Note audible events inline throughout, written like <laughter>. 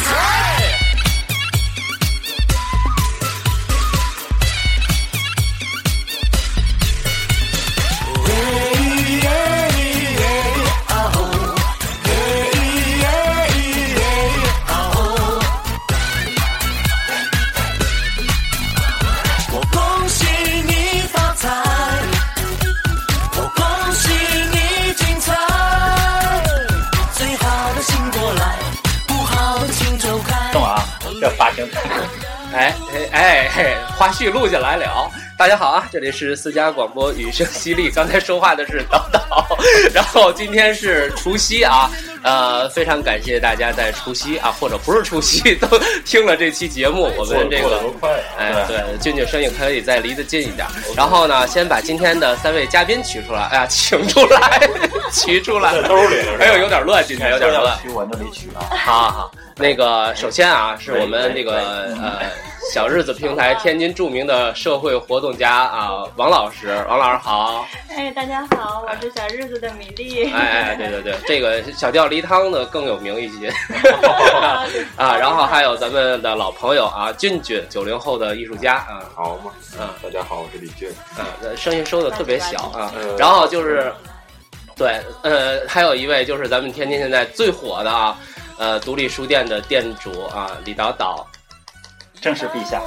财！我恭喜你发财，我恭喜你精彩。最好的醒过来，不好的请走开。弄啊， <laughs> 这发型。哎哎哎嘿，花絮录下来了。大家好啊，这里是私家广播雨声淅沥。刚才说话的是导导，然后今天是除夕啊，呃，非常感谢大家在除夕啊，或者不是除夕都听了这期节目。我们这过得个多快啊哎对，对，俊俊声音可以再离得近一点。然后呢，先把今天的三位嘉宾取出来，哎呀，请出来， <laughs> 取出来在。兜里头是吧哎呦，有点乱，今天有点乱。取我就得取啊。好好，那个首先啊，是我们这个呃小日子平台天津著名的社会活动家啊、王老师，王老师好，哎，大家好，我是小日子的米粒。哎哎，对对对，这个小吊梨汤的更有名一些啊，然后还有咱们的老朋友啊，俊俊，九零后的艺术家啊，好嘛，嗯大家好，我是李俊。嗯，声音收的特别小啊嗯，然后就是对，呃，还有一位就是咱们天津现在最火的啊，呃，独立书店的店主啊，李导导。正是陛 <laughs> 下，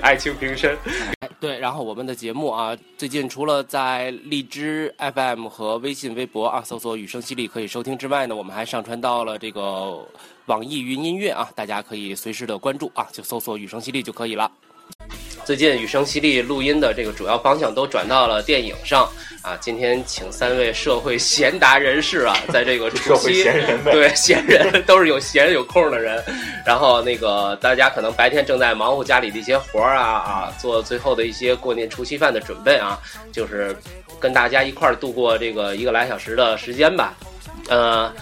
爱情平身。哎对，然后我们的节目啊，最近除了在荔枝 FM 和微信、微博啊搜索“雨声淅沥”可以收听之外呢，我们还上传到了这个网易云音乐啊，大家可以随时的关注啊，就搜索“雨声淅沥”就可以了。最近《雨声淅沥》录音的这个主要方向都转到了电影上啊。今天请三位社会闲达人士啊，在这个除社会夕闲人 <laughs> 呗，对，闲人都是有闲有空的人。然后那个大家可能白天正在忙活家里的一些活儿啊啊，做最后的一些过年除夕饭的准备啊，就是跟大家一块儿度过这个一个来小时的时间吧。呃，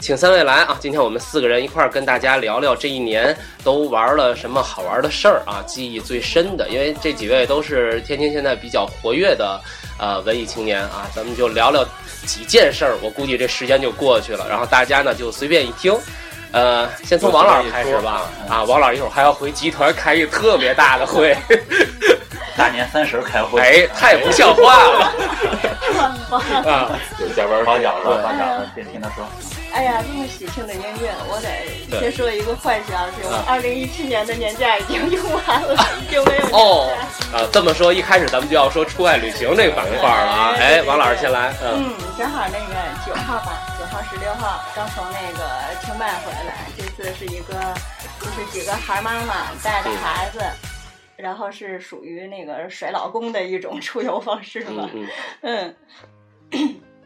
请三位来啊，今天我们四个人一块儿跟大家聊聊这一年都玩了什么好玩的事儿啊，记忆最深的，因为这几位都是天津现在比较活跃的呃文艺青年啊，咱们就聊聊几件事儿，我估计这时间就过去了，然后大家呢就随便一听。呃，先从王老师开始吧。啊，王老师一会儿还要回集团开一特别大的会，大年三十开会，哎，太 <laughs> 不像话了 <laughs> 啊！有加班发费奖了了，发奖了，别听他说， <laughs> 哎呀，这么喜庆的音乐，我得对先说一个坏消息，我啊二零一七年的年假已经用完了，已经没有年假。哦，啊，这么说一开始咱们就要说出外旅行这个板块了啊。哎，王老师先来，嗯，嗯，正好那个九号吧，九号十六号刚从那个清迈回来，这次是一个就是几个孩妈妈带着嗯孩子，然后是属于那个甩老公的一种出游方式吧嗯，嗯，嗯。 <coughs>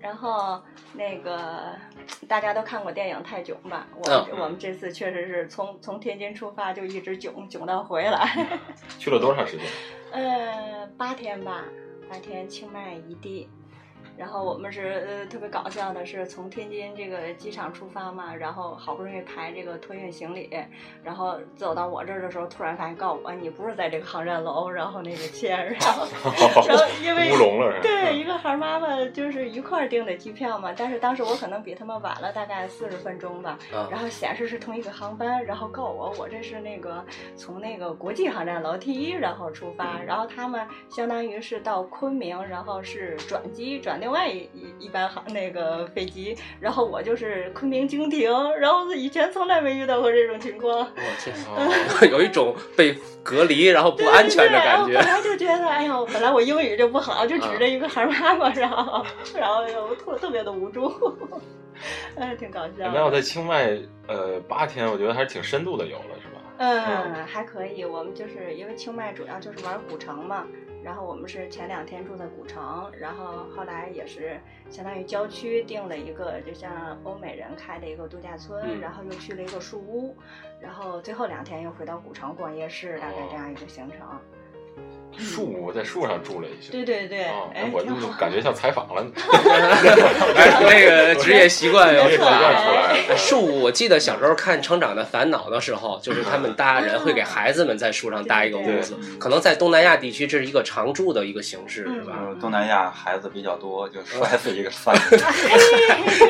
然后那个大家都看过电影《泰囧》吧？我们、嗯我们这次确实是从从天津出发就一直囧囧到回来， <laughs> 去了多长时间？呃，八天吧，八天清迈一地。然后我们是呃特别搞笑的是从天津这个机场出发嘛，然后好不容易排这个托运行李，然后走到我这儿的时候，突然发现告诉我你不是在这个航站楼，然后那个签，然 <laughs> 后然后因为乌龙了是 <laughs> 吧？对，一个孩儿妈妈就是一块儿订的机票嘛，但是当时我可能比他们晚了大概四十分钟吧，啊然后显示是同一个航班，然后告我我这是那个从那个国际航站楼 T 一然后出发，然后他们相当于是到昆明，然后是转机转另外一一一班航那个飞机，然后我就是昆明经停，然后以前从来没遇到过这种情况。我天，嗯啊有一种被隔离然后不安全的感对觉嗯 <laughs> 我本。来就觉得，哎呀，本来我英语就不好，就指着一个孩儿妈妈，然后，然后我特特别的无助， <laughs> 哎，挺搞笑没有的。在清迈，呃，八天，我觉得还是挺深度的游了，是吧？嗯，还可以。我们就是因为清迈主要就是玩古城嘛，然后我们是前两天住在古城，然后后来也是相当于郊区订了一个就像欧美人开的一个度假村，嗯然后又去了一个树哦屋，然后最后两天又回到古城逛夜市，大概这样一个行程。树屋，在树上住了一宿。对对对，啊，哎，我挺就好。感觉像采访了， <laughs> 哎，那个职业习惯又这出段来哎了。出来了。呃树屋，我记得小时候看《成长的烦恼》的时候，就是他们大人嗯会给孩子们在树上搭一个屋子，可能在东南亚地区这是一个常住的一个形式，是吧？嗯，东南亚孩子比较多，就摔死一个算一 <laughs> 个，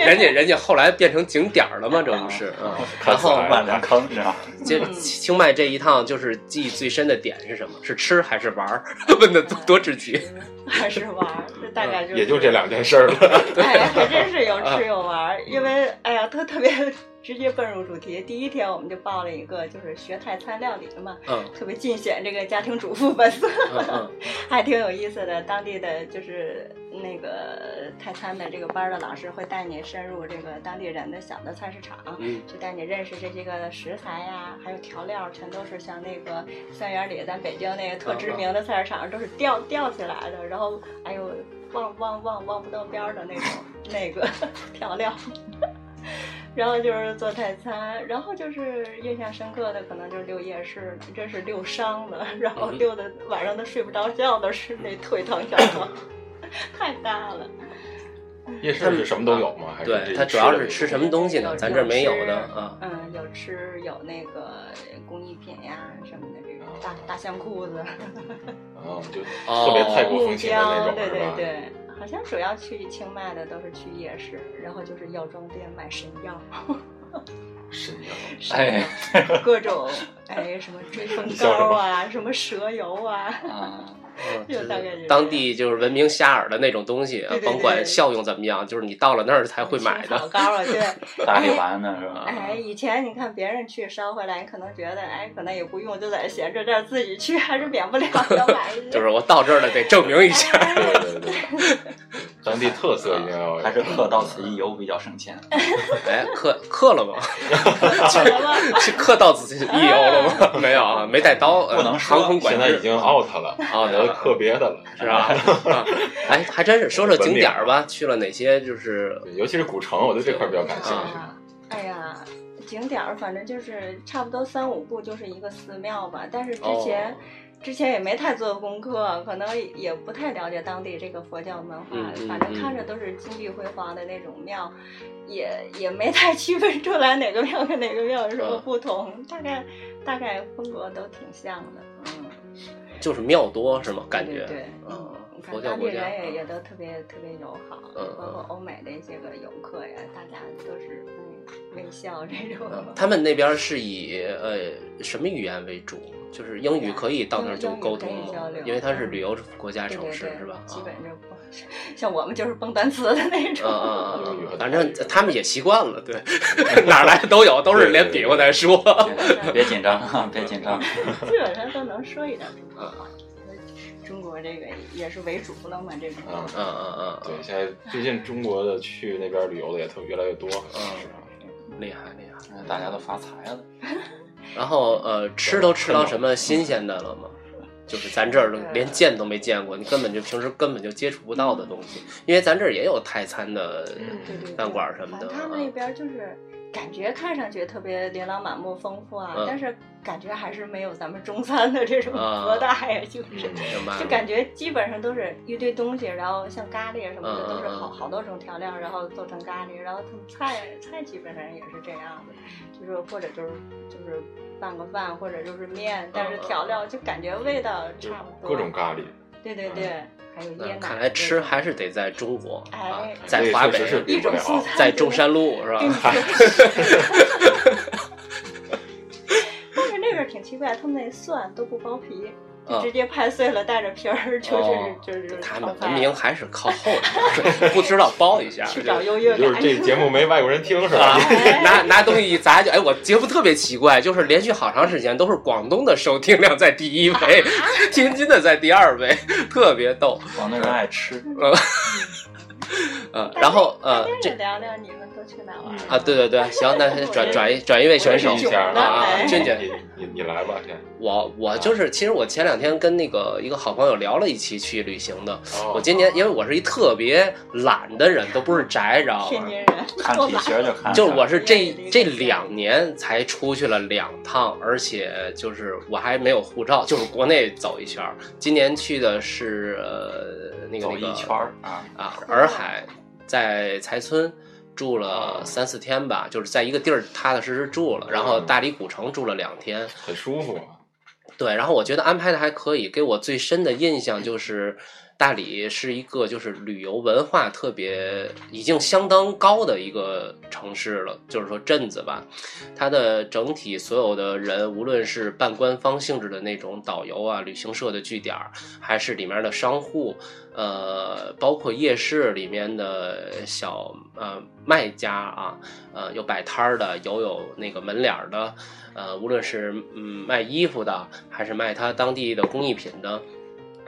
人家人家后来变成景点儿了嘛，这不是？嗯，然后万两坑是 <laughs> 吧？这嗯清迈这一趟就是记忆最深的点是什么？是吃还是玩儿？问的多多直接。还 <laughs> 是玩儿，这大概就是嗯也就这两件事儿 <laughs> 嗯了。哎，还真是 <laughs> 有吃有玩儿，因为哎呀，特特别 <laughs> 直接奔入主题。第一天我们就报了一个就是学泰餐料理的嘛，嗯特别尽显这个家庭主妇本色，嗯嗯还挺有意思的。当地的就是那个泰餐的这个班儿的老师会带你深入这个当地人的小的菜市场，嗯就带你认识这些个食材呀，还有调料，全都是像那个三元里咱北京那个特知名的菜市场，都是吊吊起来的，然后哎呦，望望望望不到边儿的那种那个 <laughs> 调料。然后就是做泰餐，然后就是印象深刻的可能就是溜夜市，真是溜伤了，然后嗯溜的晚上都睡不着觉的是那腿疼脚疼， <laughs> 太大了。夜市是什么都有吗？还是这对，一它主要的是吃什么东西呢？咱这儿没有的啊。嗯，有吃有那个工艺品呀什么的，这种大大象 <laughs> 裤子、啊，就特别泰国木风情的那雕，种，对是吧对？对。好像主要去清迈的都是去夜市，然后就是药妆店买神药，啊神一样。哎神 <laughs> 药各种哎什么追风膏啊，什么蛇油啊，啊，嗯就大概就是当地就是闻名遐迩的那种东西啊对，对甭管效用怎么样，就是你到了那儿才会买草的。膏啊， <laughs> 对。大力丸呢是吧？哎，以前你看别人去捎回来，你可能觉得哎可能也不用，就在这闲着，但是自己去还是免不了要 <laughs> 买一些。就是我到这儿了，得证明一下。对啊对对，当地特色一定要 <laughs> 有啊还是客到此一游比较省钱。哎，刻刻 <laughs> 了吗？怎么了？哎是刻到此一游了吗？没有啊，没带刀。呃不能说航空管现制在已经 out 了，啊，然后对刻别的了，是吧？啊哎，还真是说说景点儿吧，去了哪些？就是对尤其是古城，我对这块比较感兴趣。啊，哎呀，景点儿反正就是差不多三五步就是一个寺庙吧，但是之前、哦之前也没太做功课，可能也不太了解当地这个佛教文化，嗯嗯反正看着都是金碧辉煌的那种庙，也也没太区分出来哪个庙跟哪个庙有什么嗯不同，大概大概风格都挺像的，嗯。就是庙多是吗？感对觉对对，嗯，你看佛教当地国家人也也都特别特别友好，嗯包括欧美的一些个游客呀，大家都是嗯微笑这种。嗯他们那边是以呃什么语言为主？就是英语可以到那儿就沟通啊英语可吗以交流？嗯因为它是旅游国家对城对市对是吧？，基啊本就不 <laughs> 像我们就是蹦单词的那种。嗯嗯英语嗯和，反正他们也习惯了，对， <laughs> 哪儿来的都有，都是连比划带说。别紧张，啊，别紧张。基本上都能说一点中嗯国话，因为中国这个也是为主了嘛，这种。嗯，嗯嗯嗯对，现在最近中国的去那边旅游的也特越来越多，是吧嗯，厉害厉害。大家都发财了，然后呃，吃都吃到什么新鲜的了吗？就是咱这儿都连见都没见过，你根本就平时根本就接触不到的东嗯西，因为咱这儿也有泰餐的，嗯对对对，饭馆什么的反正他们那边就是感觉看上去特别琳琅满目、丰富啊，嗯但是感觉还是没有咱们中餐的这种啊博大呀，就是。嗯，明白就了？感觉基本上都是一堆东西，然后像咖喱什么嗯的嗯都是嗯好好多种调料，然后做成咖喱，然后他们菜菜基本上也是这样的，就是或者就是就是拌个饭或者就是面，但是嗯嗯调料就感觉味道就是差不多。各种咖喱，对对对，还有椰奶。嗯看来吃还是得在中国哎啊，这在华确北实，是比一不种了啊素菜，在中山路 <laughs> 是跟你吧？说 <laughs> 但是那边儿挺奇怪，他们那蒜都不剥皮，就直接拍碎了，带着皮儿，就是、哦就是嗯他炒们饭文明还是靠后边， <laughs> 不知道包一下。去找优越 <laughs> 就感是。这节 <laughs> 目没外国人听是啊吧？，拿拿东西一砸就哎，我节目特别奇怪，就是连续好长时间都是广东的收听量在第一位，啊 <laughs> 天津的在第二位，特别逗。广东人爱吃，嗯，然后呃大家，这也聊聊你们都去哪玩了啊，对对对，行，那对转转一转一位 <laughs> 选手一下那啊，哎俊俊，你你你来吧，先。我我就是，其实我前两天跟那个一个好朋友聊了一期去旅行的。哦我今年因为我是一特别懒的人，都不是宅，知道天吗？津人，看体型就看。就是我是这对这两年才出去了两趟，而且就是我还没有护照，就是国内走一圈儿。今年去的是呃那个走那个一圈儿啊，啊，洱海在财村住了三四天吧，就是在一个地儿踏踏实实住了，然后嗯大理古城住了两天。很舒服啊。对，然后我觉得安排的还可以，给我最深的印象就是。大理是一个就是旅游文化特别已经相当高的一个城市了，就是说镇子吧，它的整体所有的人，无论是半官方性质的那种导游啊、旅行社的据点儿，还是里面的商户，呃，包括夜市里面的小呃卖家啊，呃有摆摊儿的，有有那个门脸儿的，呃，无论是嗯卖衣服的，还是卖他当地的工艺品的。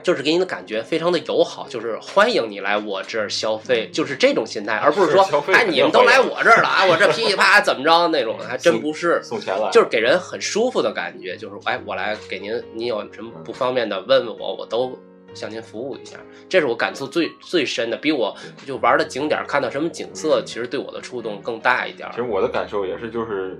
就是给你的感觉非常的友好，就是欢迎你来我这儿消费，就是这种心态，而不是说是消费哎你们都来我这儿了啊，我这噼里啪啦怎么着那种，还真不是。送钱来，就是给人很舒服的感觉，就是哎，我来给您，您有什么不方便的问问我，我都向您服务一下。这是我感触最最深的，比我就玩的景点看到什么景色，其实对我的触动更大一点儿嗯其。实我的感受也是，就是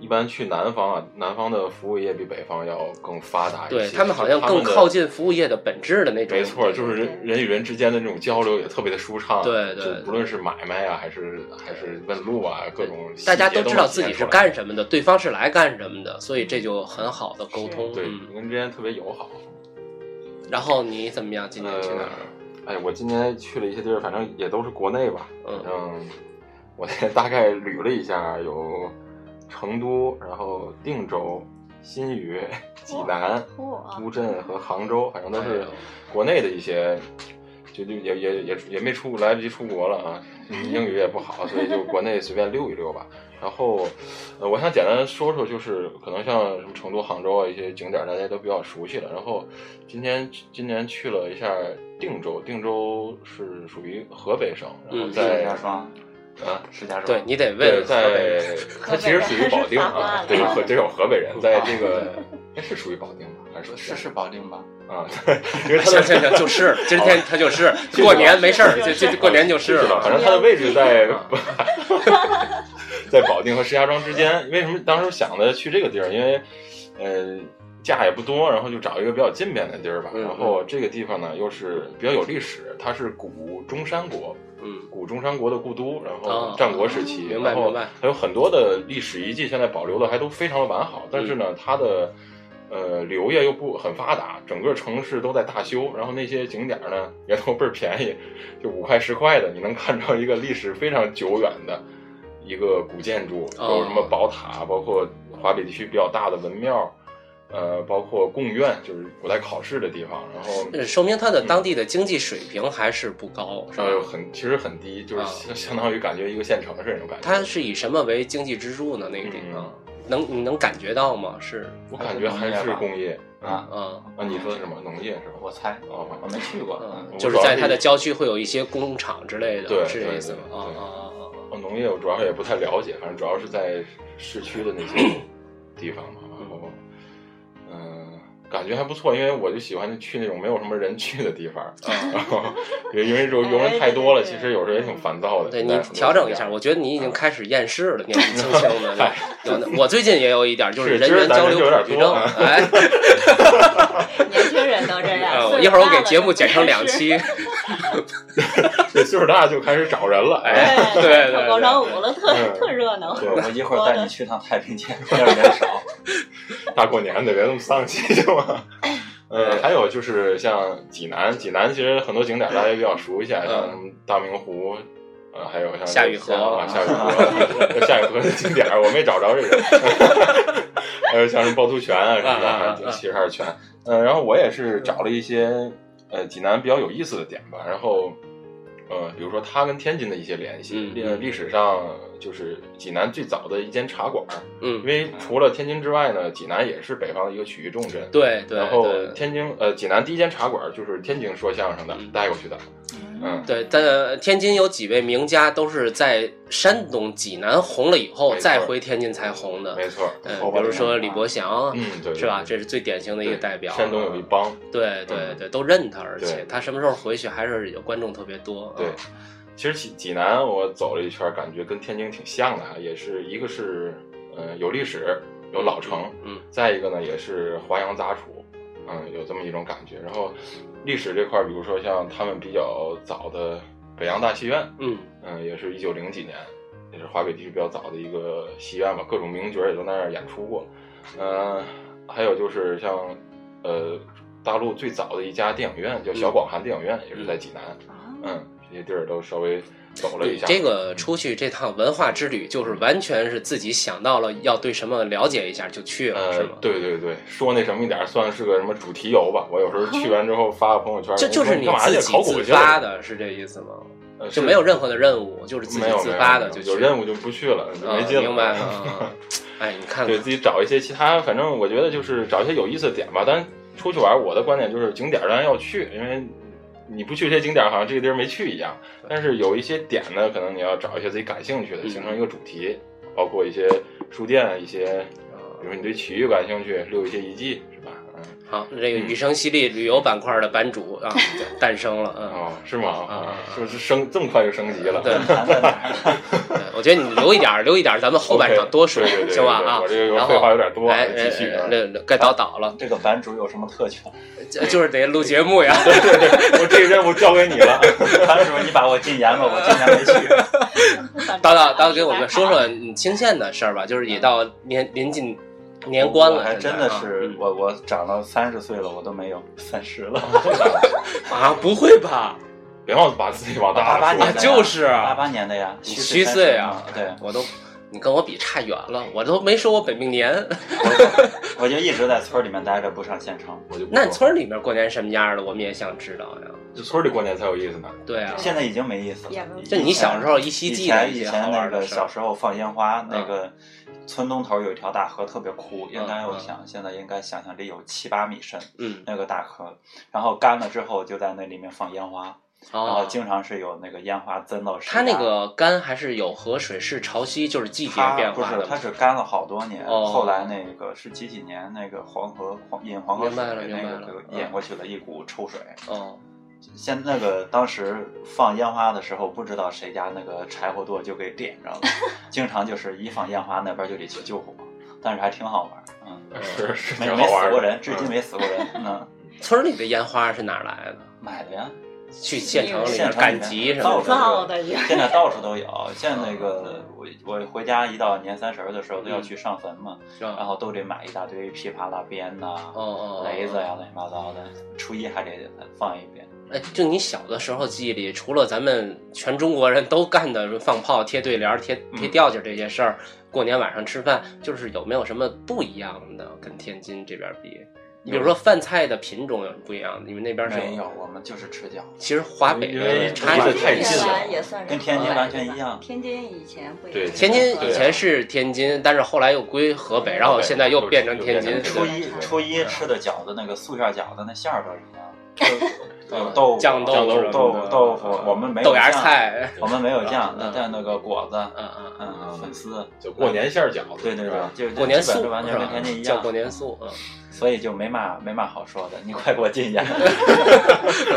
一般去南方啊，南方的服务业比北方要更发达一些。对他们好像更就的靠。近服务业的本质的那种。没错，就是人人与人之间的这种交流也特别的舒畅。啊对对就对不论是买卖啊，还是还是问路啊，各种细节大家都都知道自己是干什么的，对方是来干什么的，所以这就很好的沟通能。体现出来嗯嗯对，，人之间特别友好。然后你怎么样？今年去哪儿？哎，我今年去了一些地儿，反正也都是国内吧。嗯反正我 <laughs> 也大概捋了一下，有成都，然后定州、新宇、济南、嚯乌镇和杭州，反正都哎是呦国内的一些，就就也也也也没出来不及出国了啊，英语也不好，所以就国内随便溜一溜吧。然后，呃，我想简单说说，就是可能像什么成都、杭州啊一些景点，大家都比较熟悉了。然后今天今年去了一下定州，定州是属于河北省，然后嗯石在家庄，啊，石家庄。对你得对，问河北人。在 <laughs> 它其实属于保定啊，对，和这有河北人，在这个哎是属于保定吧，还是是是保定吧？啊， <laughs> 对，因为 <laughs> 它行的行行，就是今天他就是过年没事儿，就就就过年就是是的，反了。正它的位置在 <laughs> 在保定和石家庄之间。为什么当时想的去这个地儿？因为呃假也不多，然后就找一个比较近边的地儿吧。嗯然后这个地方呢又是比较有历史，它是古中山国，嗯，古中山国的故都，然哦后战国时期，明白然后明白还有很多的历史遗迹，现在保留的还都非常的完好。但是嗯呢，它的呃旅游业又不很发达，整个城市都在大修，然后那些景点呢也都倍儿便宜，就五块十块的，你能看着一个历史非常久远的一个古建筑，哦有什么宝塔，包括华北地区比较大的文庙。呃，包括贡院，就是古代考试的地方，然后呃说明他的当地的经济水平还是不高，是吧？呃很其实很低，就是啊相相当于感觉一个县城是那种感觉。他是以什么为经济支柱呢？那个地方嗯能你能感觉到吗？是我感觉还是工业啊，啊，啊！你说的是什么农业是吧？我猜，哦，我没去过。嗯嗯，就是在他的郊区会有一些工厂之类的，对是这意思吗？啊对对啊啊啊！啊哦农业我主要也不太了解，反正主要是在市区的那些地方嘛。然后，嗯、感觉还不错，因为我就喜欢去那种没有什么人去的地方。然后，也因为游游人太多了，啊哎对对对其实有时候也挺烦躁的。对现你在很多调整一景下，点我觉得你已经嗯开始厌世了，年纪轻轻 <laughs> 哎的。有的，我最近也有一点，就是人员交流恐惧症。哎，年轻人都这 <laughs> 样。呃岁数一会儿我大给了节目就不剪成认两识。期。 <laughs> 对岁数大就开始找人了。哎，对对对广场舞了，特嗯特热闹。对我一会儿带你去趟太平间，那儿人少。 <laughs> <laughs> 大过年的别那么丧气， <laughs> 行吗？呃，还有就是像济南，济南其实很多景点大家也比较熟悉，啊像什么大明湖，呃，还有像嗯夏雨荷啊，夏雨荷，夏雨荷的景点我没找着这个， <laughs> 还有像什么趵突泉啊什啊啊么啊的，七十二泉，嗯，然后我也是找了一些呃济南比较有意思的点吧，然后。呃，比如说它跟天津的一些联系，嗯历历史上就是济南最早的一间茶馆，因嗯，为除了天津之外呢，济南也是北方的一个曲艺重镇。对对然后对。天津呃，济南第一间茶馆就是天津说相声的嗯带过去的，嗯，对， <laughs> 但天津有几位名家都是在山东济南红了以后，没错再回天津才红的。没错，嗯，后比边如说的李伯祥，嗯，对，是吧？对这是最典型的一个代表。嗯山东有一帮，对对嗯对，都认他，而且对他什么时候回去还是有观众特别多。啊对，其实济济南我走了一圈，感觉跟天津挺像的啊，也是一个是呃有历史，有老城，嗯，再一个呢也是华阳杂处，嗯，有这么一种感觉。然后历史这块儿，比如说像他们比较早的北洋大戏院，嗯，嗯，也是一九零几年，也是华北地区比较早的一个戏院吧，各种名角儿也都在那儿演出过。嗯，还有就是像呃大陆最早的一家电影院叫小广寒电影院，也是在济南。啊，嗯，这些地儿都稍微走了你一下。嗯这个出去这趟文化之旅，就是完全是自己想到了要对什么了解一下就去了，是呃吗，？对对对，说那什么一点儿，算是个什么主题游吧。我有时候去完之后发个朋友圈，这人就是说你干嘛去自考己古啊自去了发，的，是这意思吗？呃就是没有任何的任务，就是自己没有自没有发的没就有去。有任务就不去了，就啊没劲了。明白了。 <laughs> 啊哎，你看对看自己找一些其他，反正我觉得就是找一些有意思的点吧。但出去玩，我的观点就是景点儿当然要去，因为你不去这些景点儿，好像这个地儿没去一样。但是有一些点呢，可能你要找一些自己感兴趣的，嗯形成一个主题，包括一些书店，一些比如说你对体育感兴趣，溜一些遗迹是吧？嗯，好，这个雨声淅沥旅游板块的版主啊诞生了，嗯。哦，是吗？啊啊啊，就是升这么快就升级了。对，谈在哪儿？ <laughs> 对我觉得你留一点儿，留一点儿，咱们后半场多说 OK，对对对行吧？对啊我这，个然废话后有点多啊哎，继续哎哎啊那那该倒倒了，这个版主有什么特 <laughs> 权？就就是得录节目 <laughs> 呀。对对对，我这个任务交给你 <laughs> 了。版主，你把我禁言吧，我今年没去。叨叨叨，给我们说说你清县的事儿吧，就是也到年临近 <laughs> 年关我了，还现真在的啊是嗯我，我长到三十岁了，我都没有三十 <laughs> 了。啊，不会吧？别忘把自己往大八八了年说啊的呀，就是啊八八年的呀，岁虚岁啊嘛，对，我都你跟我比差远了，我都没说我本命年。 <laughs> 我就一直在村里面待着，不上县城。我就不那说村儿里面过年什么样的，我们也想知道呀。就村儿里过年才有意思呢。对啊，现在已经没意思也了没。有就你小时候依稀以记得前一以些前好那玩的个事小儿。嗯时候放烟花，那个村东头有一条大河，特别枯，应该我想现在应该想象力有七八米深，嗯，那个大河，然后干了之后就在那里面放烟花，然后哦，经常是有那个烟花增到十它那八个干还是有河水是潮汐，就是季节它变哦不化是的，它吗。是干了好多年，哦后来那个是几几年那个黄河黄引黄河明水白了明那白个了就嗯引过去了一股臭水。哦，现那个当时放烟花的时候，不知道谁家那个柴火垛就给点着了，经常就是一放烟花那边就得去救火，但是还挺好玩儿，嗯，是是没挺没好玩死儿过的人，至今没死过人，嗯，村里的烟花是哪儿来的？买的呀， <laughs> 去县城里现面场赶集什到么处的。造的也现在到处都有。 <laughs> 现在那嗯个我我回家一到年三十儿的时候都要去上坟嘛，是吧然后都得买一大堆噼啪啦鞭呐、哦哦，哦哦雷子呀，乱七八糟的。初一还得放一遍，哎，就你小的时候记忆里，除了咱们全中国人都干的放炮、贴对联儿、贴嗯贴吊球这些事儿，过年晚上吃饭，就是有没有什么不一样的？跟天津这边比，比如说饭菜的品种有什么不一样？你们那边是没有，我们就是吃饺子，其实华北因为的离差得距太近了也算是跟天津河北完全一样天津以前不一样对天津啊以前是天津，但是后来又归河北，然后现在又变成天津又变成是初吧天津一初一吃的饺子，那个素馅饺子，那馅儿都一样，就有豆腐、酱豆豆腐豆豆腐，我们没有豆芽酱， <laughs> 菜，我们没有酱，嗯那但那个果子，嗯嗯，嗯，粉丝，就过年馅儿饺子，对对是吧？对，就过年基本素上完是全跟吧天津一？叫样过，年 <laughs> 素，嗯所以就没嘛没嘛好说的，你快给我 <laughs> 禁言！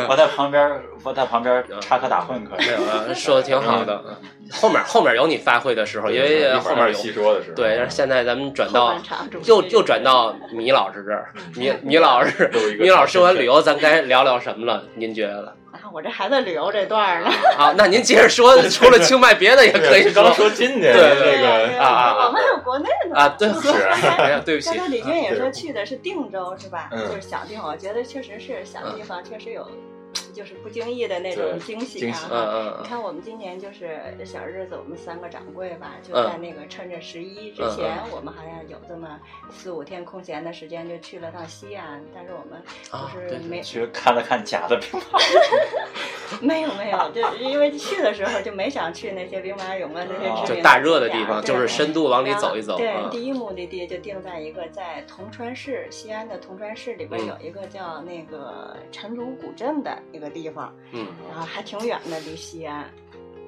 我在旁边儿，我在旁边儿插科打诨可没是。有了，说的挺好的。嗯 <laughs> 后面后面有你发挥的时候，因为一会后儿面有细说的是啊吧，对，但是现在咱们转后到半场主持嗯又又转到米老师这儿，米米老师又一，个 <laughs> 米老师 <laughs> 说完旅游，咱该聊聊什么了？您觉得？啊，我这还在旅游这 <laughs> 段儿呢。好，那您接着 <laughs> 说，除了清迈，别的也可以对刚说说今年对这个啊啊啊我们还有国内 <laughs> 呢。啊。对，哎呀，对不刚起才，李军也说对去的是定州是吧？嗯就是小地方，我觉得确实是小地嗯方，确实有就是不经意的那种对惊喜惊啊喜。嗯你嗯看，我们今年就是小日子，我们三个掌柜吧，就嗯在那个趁着十一之嗯前，我们好像有这么四五天空闲的时间，就去了趟西安。但是我们啊就对是对没去看了看假的乒 <laughs> 乓，没有没有，就是因为去的时候就没想去那些兵马俑啊那些知名哦的就大热的地景点方，儿就是对深度往里走一走。对，嗯第一目的地就定在一个在铜川市，西安的铜川市里边嗯有一个叫那个陈鲁古镇的一个个地方，嗯，然后还挺远的，离西安。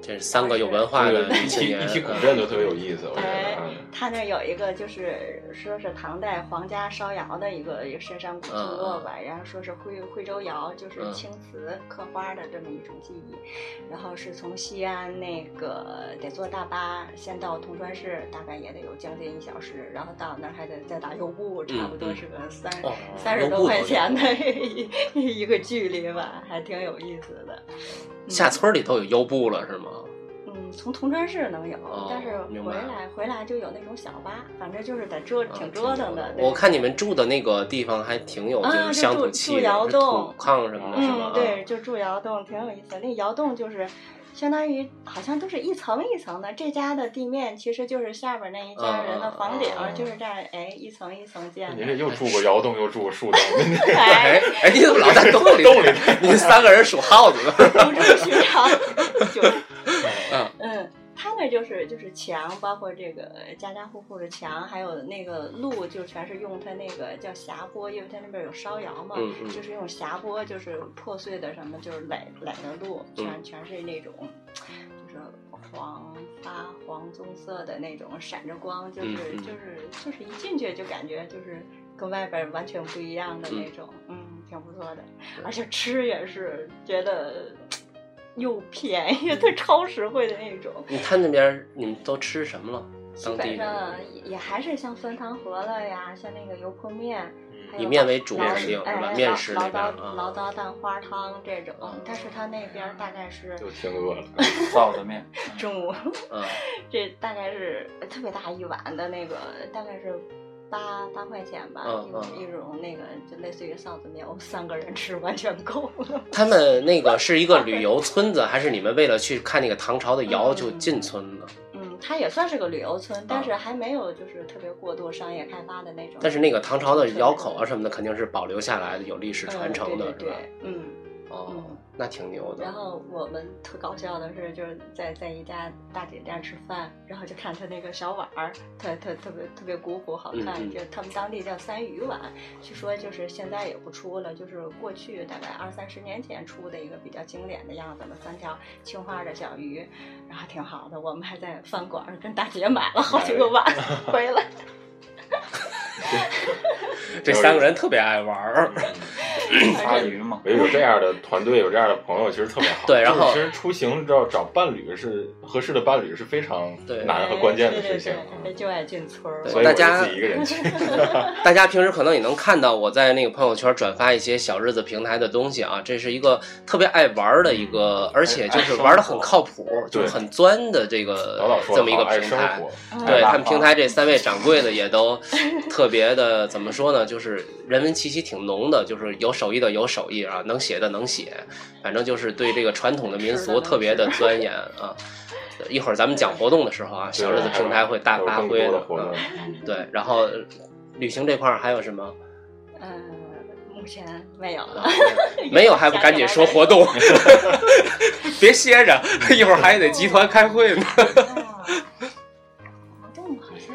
这是三个有文化这的个一女青提年一提古嗯镇就特别有意思，我觉哎得。嗯他那儿有一个就是说是唐代皇家烧窑的一个一个深山古村落吧，然后说是徽徽州窑，就是嗯青瓷刻花的这么一种技艺，然后是从西安那个得坐大巴先到铜川市，大概也得有将近一小时，然后到那儿还得再打右步，差不多是个三嗯哦三十有多故块事钱的嗯一一个距离吧，还挺有意思的。嗯下村里头有优步了是吗？嗯，从铜川市能有，哦但是明回白来回来就有那种小巴，反正就是得折啊挺折腾的。对我看你们住的那个地方还挺有啊就是乡就土住气住的，窑是洞土炕什么的，是吧啊嗯，？对，就住窑洞挺有意思。那窑洞就是相当于好像都是一层一层的，这家的地面其实就是下边那一家人的房顶，啊啊啊啊就是这样哎一层一层建你的。这又住过窑洞，又住过树洞， <laughs> 哎哎，哎，你怎么老在洞里？洞里，你三个人属耗子 <laughs> 的。不住寻常，就嗯嗯，他那就是就是墙，包括这个家家户户的墙，还有那个路，就全是用它那个叫匣钵，因为它那边有烧窑嘛，嗯嗯就是用匣钵，就是破碎的什么，就是垒垒的路，全、嗯全是那种，就是黄发黄棕色的那种，闪着光，就是、嗯嗯就是就是一进去就感觉就是跟外边完全不一样的那种，嗯挺不错的， <laughs> 而且吃也是觉得又便宜，嗯它超实惠的那种。你看那边儿你们都吃什么了？基当地本人上也还是像酸汤饸饹呀，像那个油泼面，还以有面老为主老肯定是哎吧哎面老食醪那边嗯糟啊醪糟蛋花汤这种，但是他那边大概是就挺饿了。臊子面，中午，嗯，这大概是特别大一碗的那个，大概是。八八块钱吧，嗯嗯一一种那个就类似于臊子面，我们三个人吃完全够了。 <laughs> 他们那个是一个旅游村子，还是你们为了去看那个唐朝的窑就进村了？嗯，它也算是个旅游村，但是还没有就是特别过度商业开发的那种。但是那个唐朝的窑口啊什么的，肯定是保留下来的，有历史传承的，嗯、对对是吧？对，嗯。哦，那挺牛的然。后我们特搞笑的是，就是在在一家大姐家吃饭，然后就看她那个小碗儿，特特特别特别古朴好看，嗯嗯就他们当地叫三鱼碗，据说就是现在也不出了，就是过去大概二三十年前出的一个比较经典的样子了，三条青花的小鱼，然后挺好的，我们还在饭馆儿跟大姐买了好几个碗哎回 <laughs> 来。这三个人特别爱玩儿。发鱼嘛，我觉得有这样的团队，有这样的朋友，其实特别好。对然后就是其实出行要找伴侣是合适的伴侣是非常对难和关键的对事情。啊对对，就爱进村儿。对所以大我就家自己一个 <laughs> 人去，大家平时可能也能看到我在那个朋友圈转发一些小日子平台的东西啊，这是一个特别爱玩儿的一个，而且就是玩的很靠谱，就是很钻的这个老老说这么一个好爱平生台。活，嗯对他们平台这三位掌柜的也都特别的怎么说呢？就是人文气息挺浓的，就是有手艺的有手艺啊，能写的能写，反正就是对这个传统的民吃的俗能特别的 <laughs> 吃钻研啊。一会儿咱们讲活动的时候啊，小日子平台会大发挥有更多的的活动嗯啊。。对，然后呃旅行这块儿还有什 <laughs> 么？呃，目前没有了啊。没有还不赶紧说活 <laughs> 动， <laughs> 别歇着，一会儿还得集团开会呢。活动好像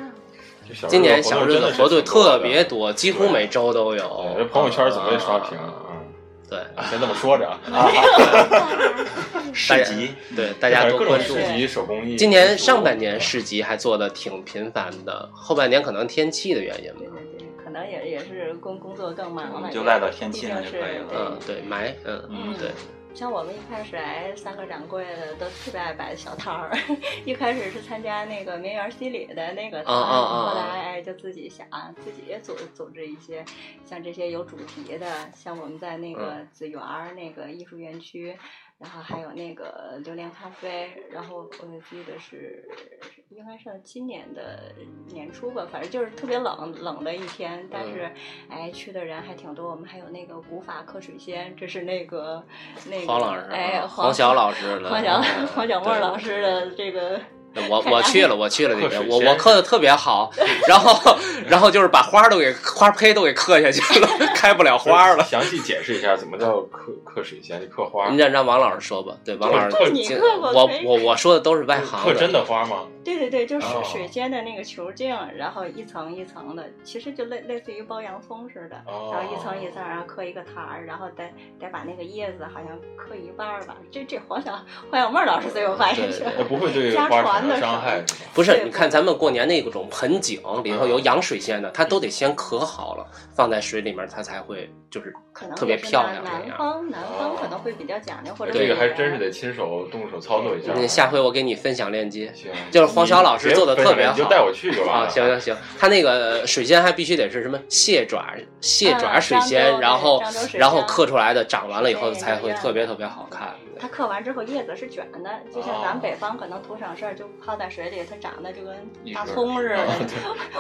这小今年活动小日真子的是活动挺多特的别多，几乎每周都有对。这朋友圈怎么也刷屏啊？对嗯先这么说着 <laughs> 啊，大市家集，对，大家多各种关注市。集、手工艺。今年上半年市集还做的挺频繁的，后半年可能天气的原因对吧。对对，可能也也是工工作更忙我了，们就赖到天气上就可以毕竟是了嗯。，对，埋，嗯，嗯，对。像我们一开始来三个掌柜的都特别爱摆小摊儿， <laughs> 一开始是参加那个绵园西里的那个摊儿，啊啊啊啊后来哎就自己想自己也组组织一些，像这些有主题的，像我们在那个紫园儿那个艺术园区。然后还有那个榴莲咖啡，然后我记得是应该是今年的年初吧，反正就是特别冷冷的一天，但是、哎去的人还挺多。我们还有那个古法客水仙，这是那个那个黄老师，哎黄晓老师的，黄小嗯黄小沫对老师的这个我我去了，我去了那刻边，水我先我刻的特别好，然后然后就是把花儿都给花胚都给刻下去了， <laughs> 开不了花儿了。详细解释一下怎么叫刻刻水仙，刻花你，让让王老师说吧，对王老刻师你经，刻过我胚我我说的都是外行嗯刻真的花吗？对对对，就是哦水仙的那个球茎，然后一层一层的，其实就类类似于包洋葱似的，哦然后一层一层，啊然后刻一个台儿，然后再再把那个叶子好像刻一半儿吧。这这黄小黄小妹儿老师最有发言对权对。那不会对花产生伤害是吧？不是，对你看咱们过年那种盆景里头有嗯养水仙的，它都得先壳好了，放在水里面，它才会就是可能特别也是漂南亮那南样方南方哦可能会比较讲究，或者哎这个北还方真是得亲手动手操作一下。嗯下回我给你分享链接。行，就是黄晓老师做得特别好你就带我去就完啊，了。行行行，它那个水仙还必须得是什么蟹爪蟹爪嗯水仙，漳州然后对漳州水仙然后刻出来的，长完了以后对才会对特别特别好看。它刻完之后叶子是卷的，就像哦咱们北方可能土省事儿就泡在水里，它长得就跟一大根儿葱似的啊。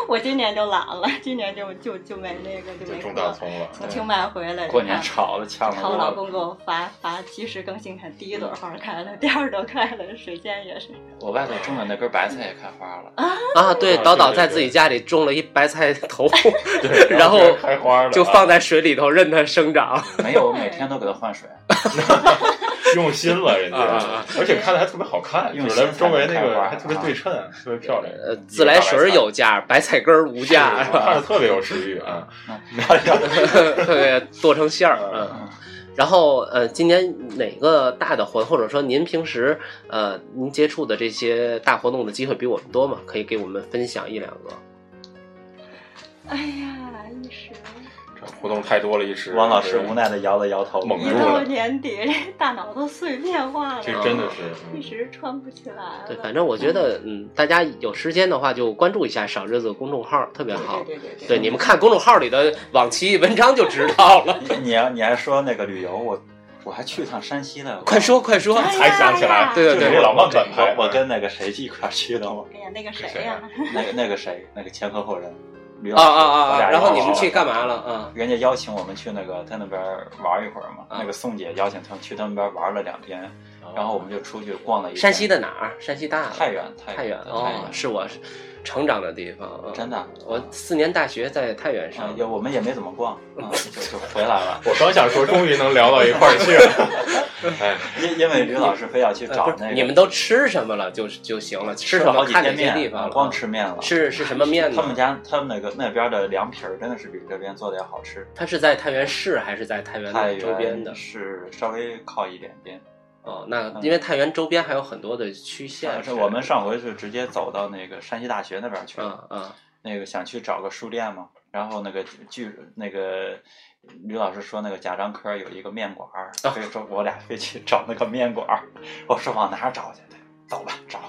我今年就懒了，今年就就就没那个就就没种大刻。葱了。啊从清迈回来，过年炒。哎炒的呛然后老了我。公给我发发及时更新，看第一朵花开了，第二朵开了，水仙也是。我外头种的那根白菜也开花了， <laughs> 啊，对，啊导导对对在对自己家里种了一白菜 <laughs> 头，对然后居开花了，啊就放在水里头任它生长。没有，我每天都给它换水。用心了，人家啊啊啊，而且看的还特别好看，用就是心咱们周围那才能看个花啊还特别对称，特别漂亮。呃，自来水儿有价，白菜 <laughs> 根儿无价，是吧？看着特别有食欲啊！ <laughs> 特别剁成馅儿，嗯嗯。然后呃，今年哪个大的活，或者说您平时呃，您接触的这些大活动的机会比我们多吗？可以给我们分享一两个。哎呀，一时这活动太多了，一时王老师无奈的摇了摇头。猛一住到了，年底，这大脑都碎片化这了，真的是一嗯时串不起来了。对，反正我觉得，嗯，大家有时间的话就关注一下“少日子”公众号，特别好。对对对对哎对，你们看公众号里的往期文章就知道 <laughs> 了。你要你还说那个旅游，我我还去趟山西了。快说快说，哎才想起来，对对对就是老忘本牌我，我跟那个谁一块儿去的嘛，哎呀，那个是谁啊谁呀。呀、 <laughs> 那个那个谁，那个前合伙人。吕老啊师啊啊我哎啊！俩然后一你块儿们去玩干嘛了？啊？人家邀请我们去那个他那边玩一会儿嘛，啊那个宋姐邀请他们去他那边玩了两天，然后我们就出去逛了一天山西的哪儿？山西大太原太太原太哦，是我成长的地方。啊真的，我四年大学在太原啊上，也我们也没怎么逛，啊就 <laughs> 就回来了我刚想说，终于能聊到一块儿去了。哎，因因为吕老师非要去呃找不是那个，你们都吃什么了就就行了，吃吃什了么好几看天哪些地面，方啊了光吃面了。是是什么面呢？他们家他们那个那边的凉皮儿真的是比这边做的要好吃，它是在太原市还是在太原太的周边的原？是稍微靠一点边。哦，那因为太原周边还有很多的区县嗯啊但是我们上回是直接走到那个山西大学那边去了，啊啊那个想去找个书店嘛，然后那个据那个吕老师说，那个贾樟柯有一个面馆儿，啊所以说我俩非去找那个面馆儿。我说往哪儿找去？对，走吧，找，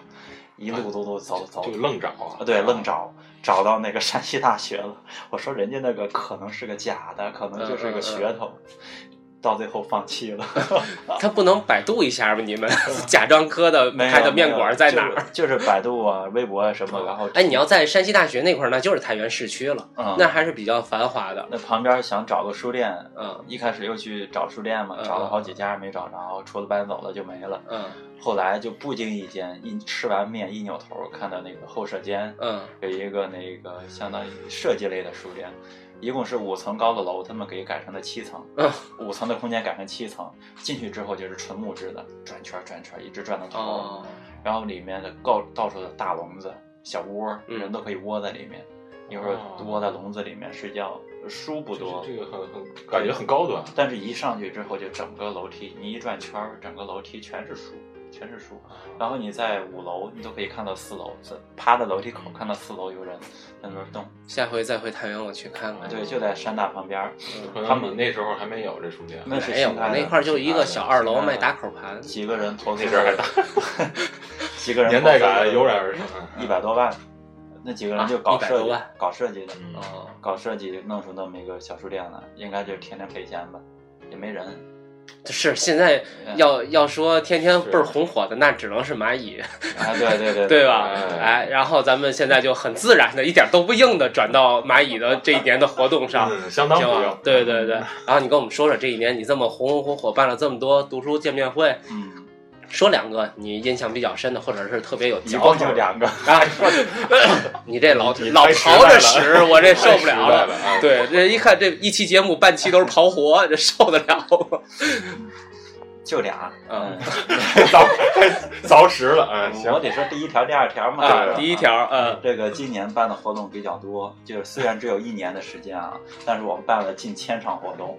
一路嘟嘟 <laughs> 走走就，愣找啊啊，对，愣找，找到那个山西大学了。我说人家那个可能是个假的，可嗯能就是个噱头，到最后放弃 <laughs> 了。它不能百度一下吗？你 <laughs> 们贾樟柯的啊没有开的面馆在哪没有儿？就是就是百度啊、微博啊什么，然后哎，你要在山西大学那块儿，那就是太原市区了，嗯那还是比较繁华的。那旁边想找个书店，嗯一开始又去找书店嘛，嗯找了好几家没找着，除了搬走了就没了。嗯后来就不经意间，一吃完面一扭头，看到那个后舍间嗯有一个那个相当于设计类的书店，一共是五层高的楼，他们给改成了七层，嗯， <laughs> 五层的空间改成七层，进去之后就是纯木质的，转圈转圈，一直转到头，哦，然后里面的到到处的大笼子、小窝，嗯人都可以窝在里面，一会儿哦窝在笼子里面睡觉，书不多。这个很很感觉很高端。但是一上去之后，就整个楼梯，你一转圈儿，整个楼梯全是书，全是书。啊然后你在五楼，你都可以看到四楼，在趴在楼梯口看到四楼有人在那边动。下回再回太原我去看看。对，就在山大旁边儿，可他能们你那时候还没有这书店，那是没有，新嗯哎我开的那块儿就一个小二楼卖打，新口盘开的，几个人投资那阵儿还大， <laughs> 几个人年代感油然而生。啊一百多万，那几个人就搞啊100设多计，万搞设计的，嗯哦，搞设计弄出那么一个小书店来，应该就是天天赔钱吧，也没人。是现在要要说天天倍儿红火的，那只能是蚂蚁，啊，对对对 <laughs> 对吧？哎哎，然后咱们现在就很自然的，一点都不硬的转到蚂蚁的这一年的活动上，嗯，相当行不啊吧要？。对 <laughs> 对对。然后你跟我们说说这一年你这么红红火火办了这么多读书见面会，嗯，说两个你印象比较深的，或者是特别有一嚼头共就的两个，啊！你这老你老太实在刨着了食，我这受不了了了。。对，这一看这一期节目半期都是刨活，这受得了吗？就俩。嗯，嗯对，凿太凿实了。哎，行我，得说第一条、第二条嘛。对对啊，吧第一条，嗯，这个今年办的活动比较多，就是虽然只有一年的时间啊，但是我们办了近千场活 <laughs> 动，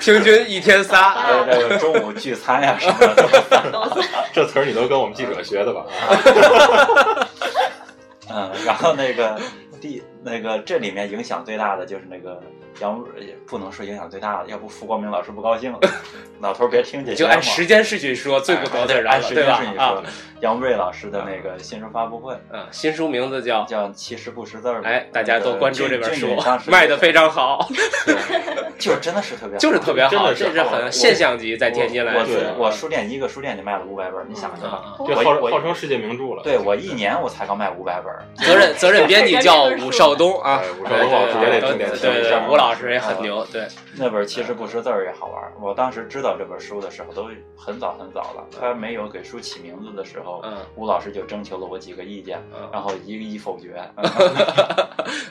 平均一天仨，这个中午聚餐呀、什么的 <laughs> 都 <laughs> 这词儿你都跟我们记者 <laughs> 学的吧？嗯，然后那个第那个这里面影响最大的就是那个杨，也不能说影响最大的，要不傅光明老师不高 <laughs> 兴了。老头儿别听这你些就嘛，按时间顺序说，最不得罪人按了，时对间吧顺序？啊说，，杨瑞老师的那个新书发布会嗯，新书名字叫。叫《其实不识字儿》，哎，大家都关注这本书俊俊当，时卖的非常好，就是真的是特别好，就是特别真好，的是这是好很现象级，在天津来我说对我我书店一个书店就卖了五百本儿，你想想，啊，这我号我号称世界名著了。对我嗯一年我才刚卖五百本儿，责任责任编辑叫武少东啊，哎武对少东老师也得重点对说对一对下对，吴老师也很牛，对，那本其实嗯不识字儿也好玩儿。我当时知道这本书的时候都很早很早了，他没有给书起名字的时候，嗯吴老师就征求了我几个意见，嗯，然后一个一否决。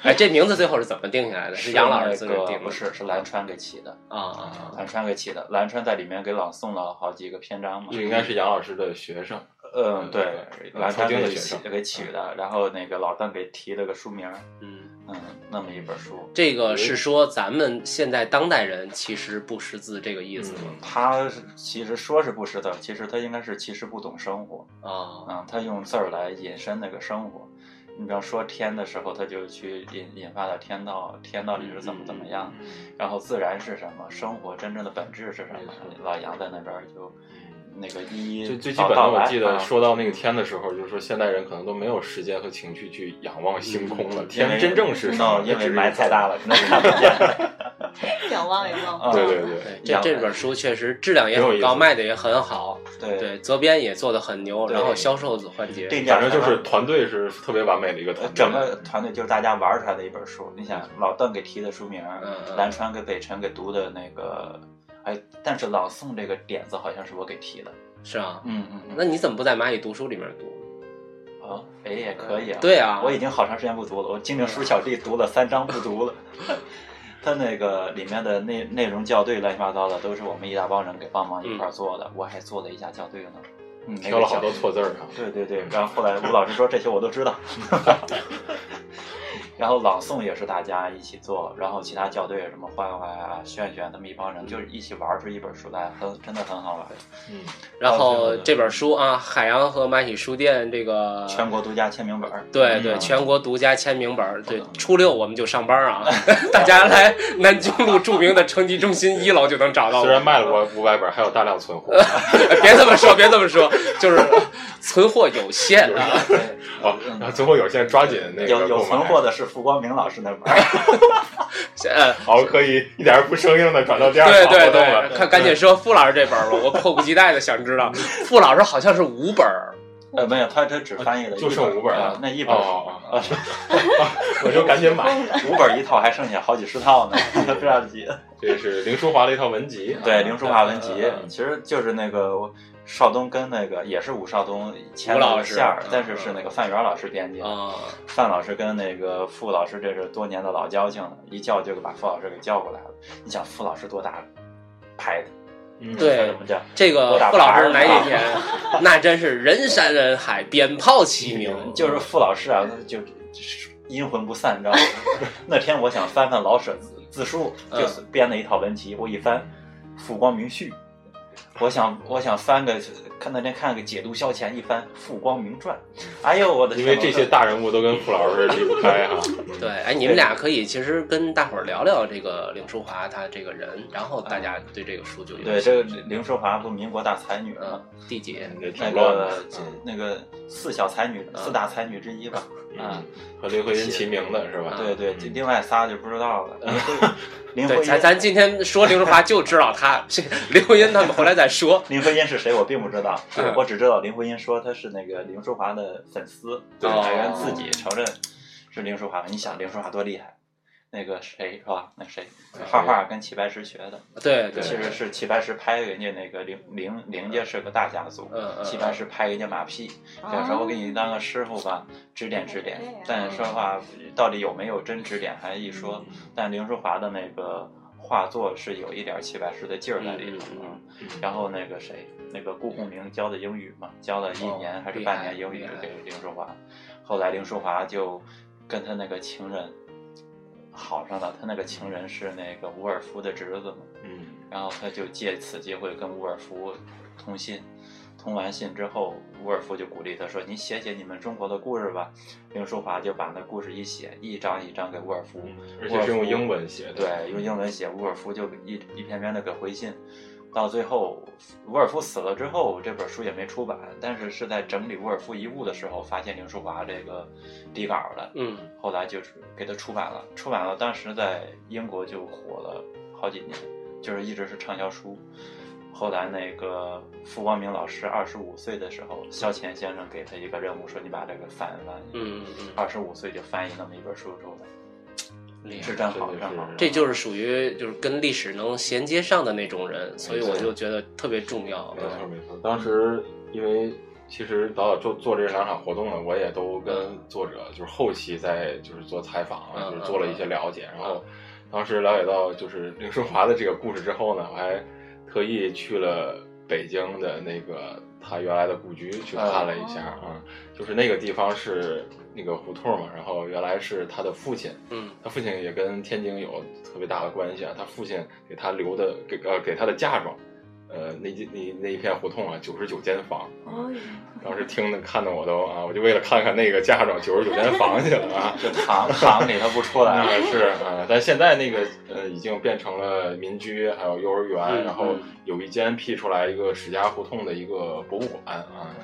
哎，这名字最后是怎么定下来的？ <laughs> 是杨老师自是己那个定不的？是，是蓝川给起的，啊嗯啊，啊蓝川给起的。蓝川在里面给朗诵了好几个篇章嘛。这应该是杨老师的学生，嗯，对，蓝川曾经的嗯给学起生给起的，然后那个老邓给提了个书名儿，嗯，嗯，那么一本书。这个是说咱们现在当代人其实不识字这个意思吗？他是其实说是不识字儿，其实他应该是其实不懂生活。啊，嗯，他用字儿来引申那个生活。你比方说天的时候，他就去引引发到天道，天到底是怎么怎么嗯样，然后自然是什么，生活真正的本质是什么。老杨在那边儿就那个一一最最基道本的，道我来记啊得说到那个天的时候，就是说现代人可能都没有时间和情绪去仰望星空了。嗯因为天真正是什么？ no，因只为是霾太大了，可能看不见。仰望仰望。啊对对对，对，这这本书确实质量也很挺有意高，思卖的也很好， <laughs> 对对，责编也做的很牛，对然后销售环节，这反两正就是团队是特别完美的一个团 <laughs> 队。整个团队就是大家玩儿出来的一本书。你想，老邓给提的书名，嗯嗯蓝川给北辰给读的那个，哎，但是朗诵这个点子好像是我给提的。是啊，嗯嗯那你怎么不在蚂蚁读书里面读？啊，哎也可以啊。对啊，我已经好长时间不读了，我精灵书小弟读了三章不读了。 <laughs> 他那个里面的内内容校对乱七八糟的，都是我们一大帮人给帮忙一块儿做的，我还做了一下校对呢。嗯，那个挑了好校多错字儿啊。对对对，然后后来吴老师说这些我都知道， <laughs> 然后朗诵也是大家一起做，然后其他校队什么坏坏啊、炫炫他们一帮人就是一起玩出一本书来，很真的很好玩，嗯，然后这本书啊，《海洋和蚂蚁书店》这个全国独家签名本儿。对对，嗯全国独家签名本儿。对，初六我们就上班啊， <laughs> 大家来南京路著名的成绩中心一楼就能找到我虽哎然。卖了我五百本，还有大量存货。嗯别这么说，别这么说，就是存货有限啊。对 <laughs> 哦，然后存货有限，抓紧那个有有购买存货的是傅光明老师那本儿， <laughs> 呃，好，可以一点儿不生硬的转到第二对场对活动了。对，看赶紧说傅老师这本儿吧，我迫不及待的想知道。傅老师好像是五本儿，呃，哎啊没有，他他只翻译了一哦就剩五本儿啊了，那一本儿哦 <laughs> 哦，哦我就赶紧买。五本儿一套，还剩下好几十套呢， <laughs> 不要急。这是林淑华的一套文集，啊对，林书华文集嗯嗯嗯其实就是那个邵东跟那个也是武少东吴牵老了个师线儿嗯，但是是那个范元老师编辑的。啊，范老师跟那个傅老师这是多年的老交情了，一叫就把傅老师给叫过来了。你想傅老师多大牌子？嗯对什么叫？这个傅老师来一天， <laughs> 那真是人山人海，鞭炮齐鸣。就是傅老师啊，他就就是阴魂不散，你知道吗？ <laughs> 那天我想翻翻老舍字字数，嗯就是编了一套文集，我一翻《傅光明序》，我想我想翻个看那天看个解读消遣，一翻《傅光明传》，哎呦我的 <laughs> 因天！为这些我大人物都跟傅老师离不开啊哈。对，哎，你们俩可以其实跟大伙儿聊聊这个林淑华她这个人，然后大家对这个书就有对这个林淑华不民国大才女吗？嗯地姐也挺那乱个的，嗯那个四小才女、嗯四大才女之一吧。嗯，和林徽因齐名的是吧？对对，嗯这另外仨就不知道了。 <laughs> 林对，徽咱因，咱今天说林淑华就知道她，这林徽因他们回来再说。林徽因是谁我并不知道，我只知道林徽因说她是那个林淑华的粉丝，对哦本人自己承认是林淑华。你想林淑华多厉害？那个谁是吧？那谁画画跟齐白石学的，对其对，实是齐白石拍人家那个林林林家是个大家族，嗯嗯，齐白石拍人家马屁，有时候给你当个师傅吧，指点指点哦这样。但说实话，到底有没有真指点还一说。嗯但林淑华的那个画作是有一点齐白石的劲儿在里头嗯嗯。嗯然后那个谁，那个顾鸿明教的英语嘛，教了一年还是半年英哦厉语害给林淑华，后来林淑华就跟他那个情人好上了，他那个情人是那个伍尔夫的侄子嘛。嗯，然后他就借此机会跟伍尔夫通信。通完信之后，伍尔夫就鼓励他说：“你写写你们中国的故事吧。”林淑华就把那故事一写，一章一章给伍尔夫，而且是用英文写的，对，用英文写。伍尔夫就一一篇篇的给回信。到最后，伍尔夫死了之后，这本书也没出版，但是是在整理伍尔夫遗物的时候，发现林淑华这个底稿了。嗯后来就是给它出版了，出版了，当时在英国就火了好几年，就是一直是畅销书。后来那个傅光明老师二十五岁的时候，萧乾先生给他一个任务，说你把这个翻一翻。，嗯嗯嗯，二十五岁就翻译那么一本书出来，厉害是。正真好的正好是。这就是属于就是跟历史能衔接上的那种人，所以我就觉得特别重要。没错没错。当时因为其实老早做做这两场活动呢，我也都跟作者就是后期在就是做采访啊，嗯就是做了一些了解。然嗯后当时了解到就是林淑华的这个故事之后呢，我还特意去了北京的那个他原来的故居嗯去看了一下啊，就是那个地方是那个胡同嘛，然后原来是他的父亲。嗯他父亲也跟天津有特别大的关系啊。他父亲给他留的给呃给他的嫁妆，呃那几那那一片胡同啊，九十九间房。哦，当时听的看的我都啊，我就为了看看那个嫁妆九十九间房去了 <laughs> 啊。就行行里头不出来啊是啊，但现在那个呃已经变成了民居，还有幼儿园，嗯然后嗯有一间辟出来一个史家胡同的一个博物馆啊。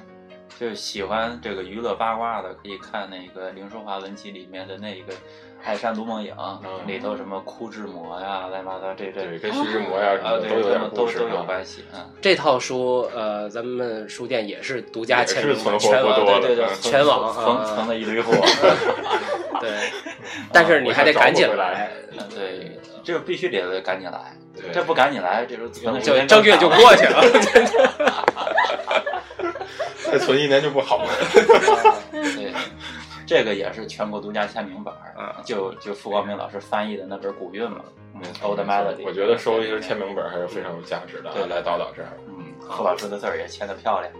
就喜欢这个娱乐八卦的，可以看那个《林淑华文集》里面的那个《爱山独梦影》嗯里头什么枯志魔呀、乱七八糟这这对，跟徐志摩呀什啊，么的对，都有他点们故都事都有啊。关系，嗯。这套书呃，咱们书店也是独家也是签名的，存活全不网多对对了对嗯全网蹭啊蹭了一堆货。 <laughs> <laughs> 对，但是你还得赶紧来，嗯，对，这必须得赶紧来，对这不赶紧来，这就存的时就间正月就更过去了。再存一年就不好了。长。对，这个也是全国独家签名版儿，嗯啊就就傅光明老师翻译的那本《古韵》嘛，嗯《欧 Old 的 Melody》。我觉得收一身签。名本还是非常有价值的啊。对来导导这儿，嗯，傅老师的字儿也签的漂亮。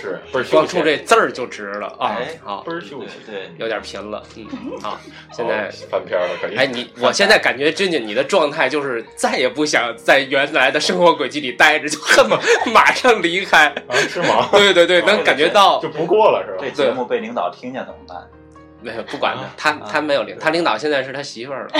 是倍儿光秀气冲这字儿就值了啊哎！好倍，儿秀气。对有点贫了，嗯，好，现哦在。翻篇了，可以。哎，你我现在感觉真的，你的状态就是再也不想在原来的生活轨迹里待着，就恨不得马上离开。？啊是吗对对对，能感觉 <laughs> 到就不过了是对，这吧？节目被领导听见怎么办？没有，不管他啊，他啊他没有领，他领导现在是他媳妇儿了。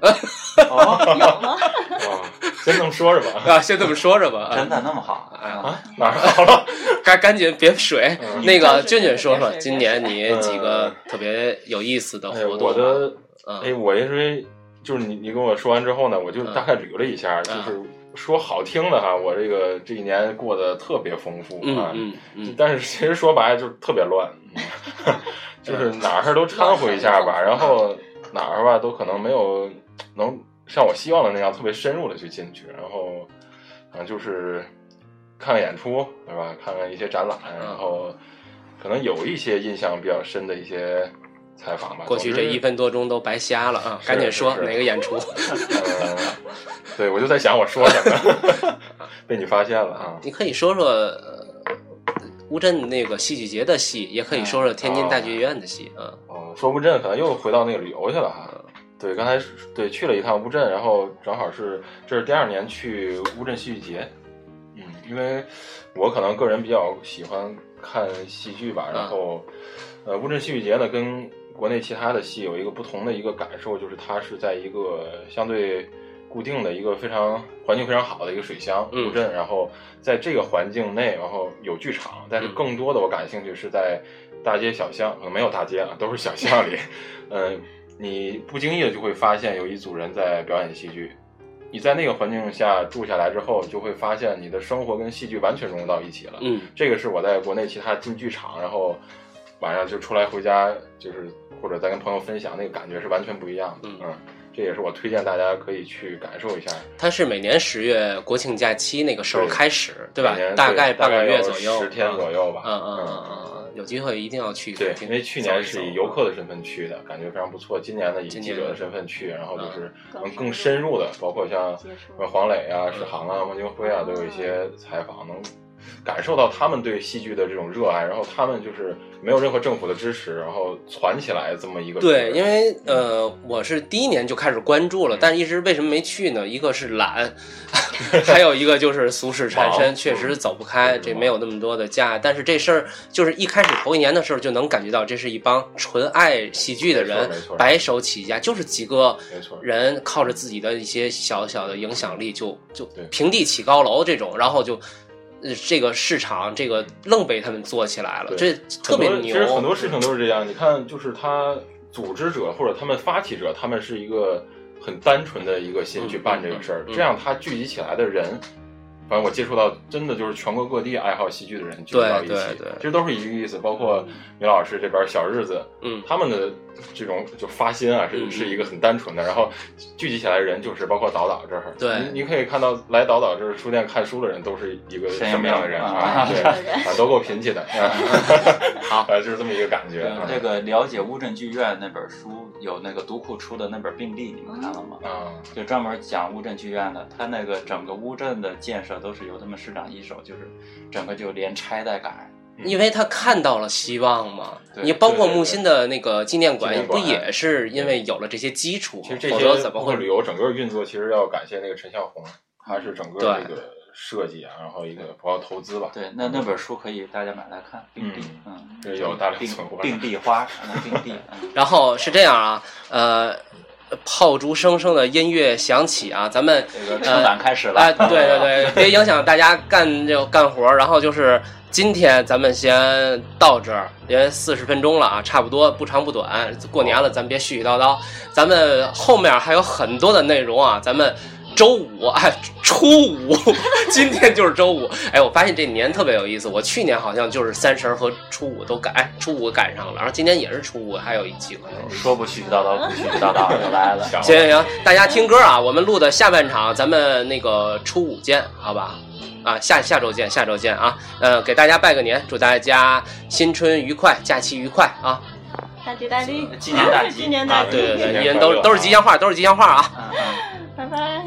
哦，有吗？哇，啊先这么说着吧。啊，先这么说着吧。<laughs> 啊真的那么好啊？哪儿好了？赶赶紧别水。嗯那个别水俊俊说说别水今年你别水几个特别有意思的哎呀，活动。我的，哎，嗯，我因为就是你，你跟我说完之后呢，我就大概捋了一下，就是说好听的哈，我这个这一年过得特别丰富啊，嗯嗯 <laughs> 但是其实说白了就是特 <laughs> 别乱，嗯就是哪儿都掺和一下吧，然后哪儿吧都可能没有能像我希望的那样特别深入的去进去，然后嗯、就是看看演出对吧？看看一些展览，嗯然后可能有一些印象比较深的一些采访吧。嗯，过去这啊总之一分多钟都白瞎了啊！是赶紧说是是哪个演出？ <laughs> 呃，对我就在想我说什 <laughs> 么，被你发现了啊。你可以说说呃乌镇那个戏剧节的戏，也可以说说天津大剧院的戏。嗯哦，说乌镇可能又回到那个旅游去了哈。对，刚才是对去了一趟乌镇，然后正好是这是第二年去乌镇戏剧节。嗯，因为我可能个人比较喜欢看戏剧吧，然后呃，乌镇戏剧节呢跟国内其他的戏有一个不同的一个感受，就是它是在一个相对固定的一个非常环境非常好的一个水乡嗯乌镇，然后在这个环境内，然后有剧场，但是嗯更多的我感兴趣是在大街小巷，可能没有大街啊，都是小 <laughs> 巷里，嗯，你不经意的就会发现有一组人在表演戏剧。你在那个环境下住下来之后，就会发现你的生活跟戏剧完全融入到一起了。嗯这个是我在国内其他进剧场，然后晚上就出来回家，就是或者再跟朋友分享，那个感觉是完全不一样的。嗯嗯，这也是我推荐大家可以去感受一下。它是每年十月国庆假期那个时候对开始，对吧每？年大对概半个月有左右，十天左右吧。嗯。嗯嗯嗯嗯，有机会一定要去看对，听。因为去走年一走嗯是以游客的身份去的，感觉非常不错。今年呢，以今记年者的身份去，然后就是嗯能更深入的，包括像接触呃黄磊啊、史航啊、汪精辉啊，都有一些采访，能感受到他们对戏剧的这种热爱。然后他们就是没有任何政府的支持，然后攒起来这么一个嗯对，因为为呃，我是第一年就开始关注嗯了，但是一直为什么没去呢？一个是懒， <laughs> 还有一个就是俗世缠 <laughs> 身，忙确实走不开，哦嗯这没有那么多的假。但是这事儿就是一开始头一年的时候就能感觉到，这是一帮纯爱喜剧的人没错没错白手起家，就是几个没错人靠着自己的一些小小的影响力就，就对平地起高楼这种，然后就。呃这个市场，这个愣被他们做起来了，这嗯对特别牛。嗯其实很多事情都是这样，你看，就是他组织者或者他们发起者，他们是一个很单纯的一个心去办这个事儿嗯嗯，嗯这样他聚集起来的人。反正我接触到真的就是全国各地爱好戏剧的人聚集到一起对对对，其实都是一个意思。包括米老师这边小日子，嗯，他们的这种就发心啊，嗯是是一个很单纯的。然后聚集起来的人就是包括导导这儿，对你你可以看到来导导这儿书店看书的人都是一个神什么样的人啊？啊对，啊都够贫 <laughs> 气的。好，呃，就是这么一个感觉。对啊那个了解乌镇剧院那本书，有那个读库出的那本病历，你们看了吗？啊，就专门讲乌镇剧院的，他那个整个乌镇的建设都是由他们市长一手，就是整个就连拆带改。因为他看到了希望嘛。对你包括嗯对对木心的那个纪念纪馆，念不馆也是因为有了这些基础其吗实？这否则些怎么包括旅会？游整个运作，其实要感谢那个陈向红，他啊是整个对这个设计啊，然后一个包括投资吧，对，那那本书可以大家买来看，病历，嗯，这有大量病存货。病地花，嗯病地，嗯然后是这样啊，呃，炮竹声声的音乐响起啊，咱们这个春晚开始了，啊，对对对，别影响大家干这个干活儿。然后就是今天咱们先呃到这儿，因为四十分钟了啊，差不多不长不短。过年了，咱们别絮絮叨叨，咱们后面还有很多的内容啊，咱们。周五哎，初五，今天就是周五。哎，我发现这年特别有意思。我去年好像就是三十儿和初五都赶，哎，初五赶上了，然后今年也是初五，还有一期可能。说不絮絮叨叨，不絮絮叨叨就来了。行行行行，大家听歌啊，我们录的下半场，咱们那个初五见，好吧？啊，下下周见，下周见啊！呃，给大家拜个年，祝大家新春愉快，假期愉快啊！大吉大利，今年大吉 <laughs> 今啊年大，吉，对对新对，年一人都快乐都是吉祥话，都是吉祥话啊！嗯嗯。拜拜。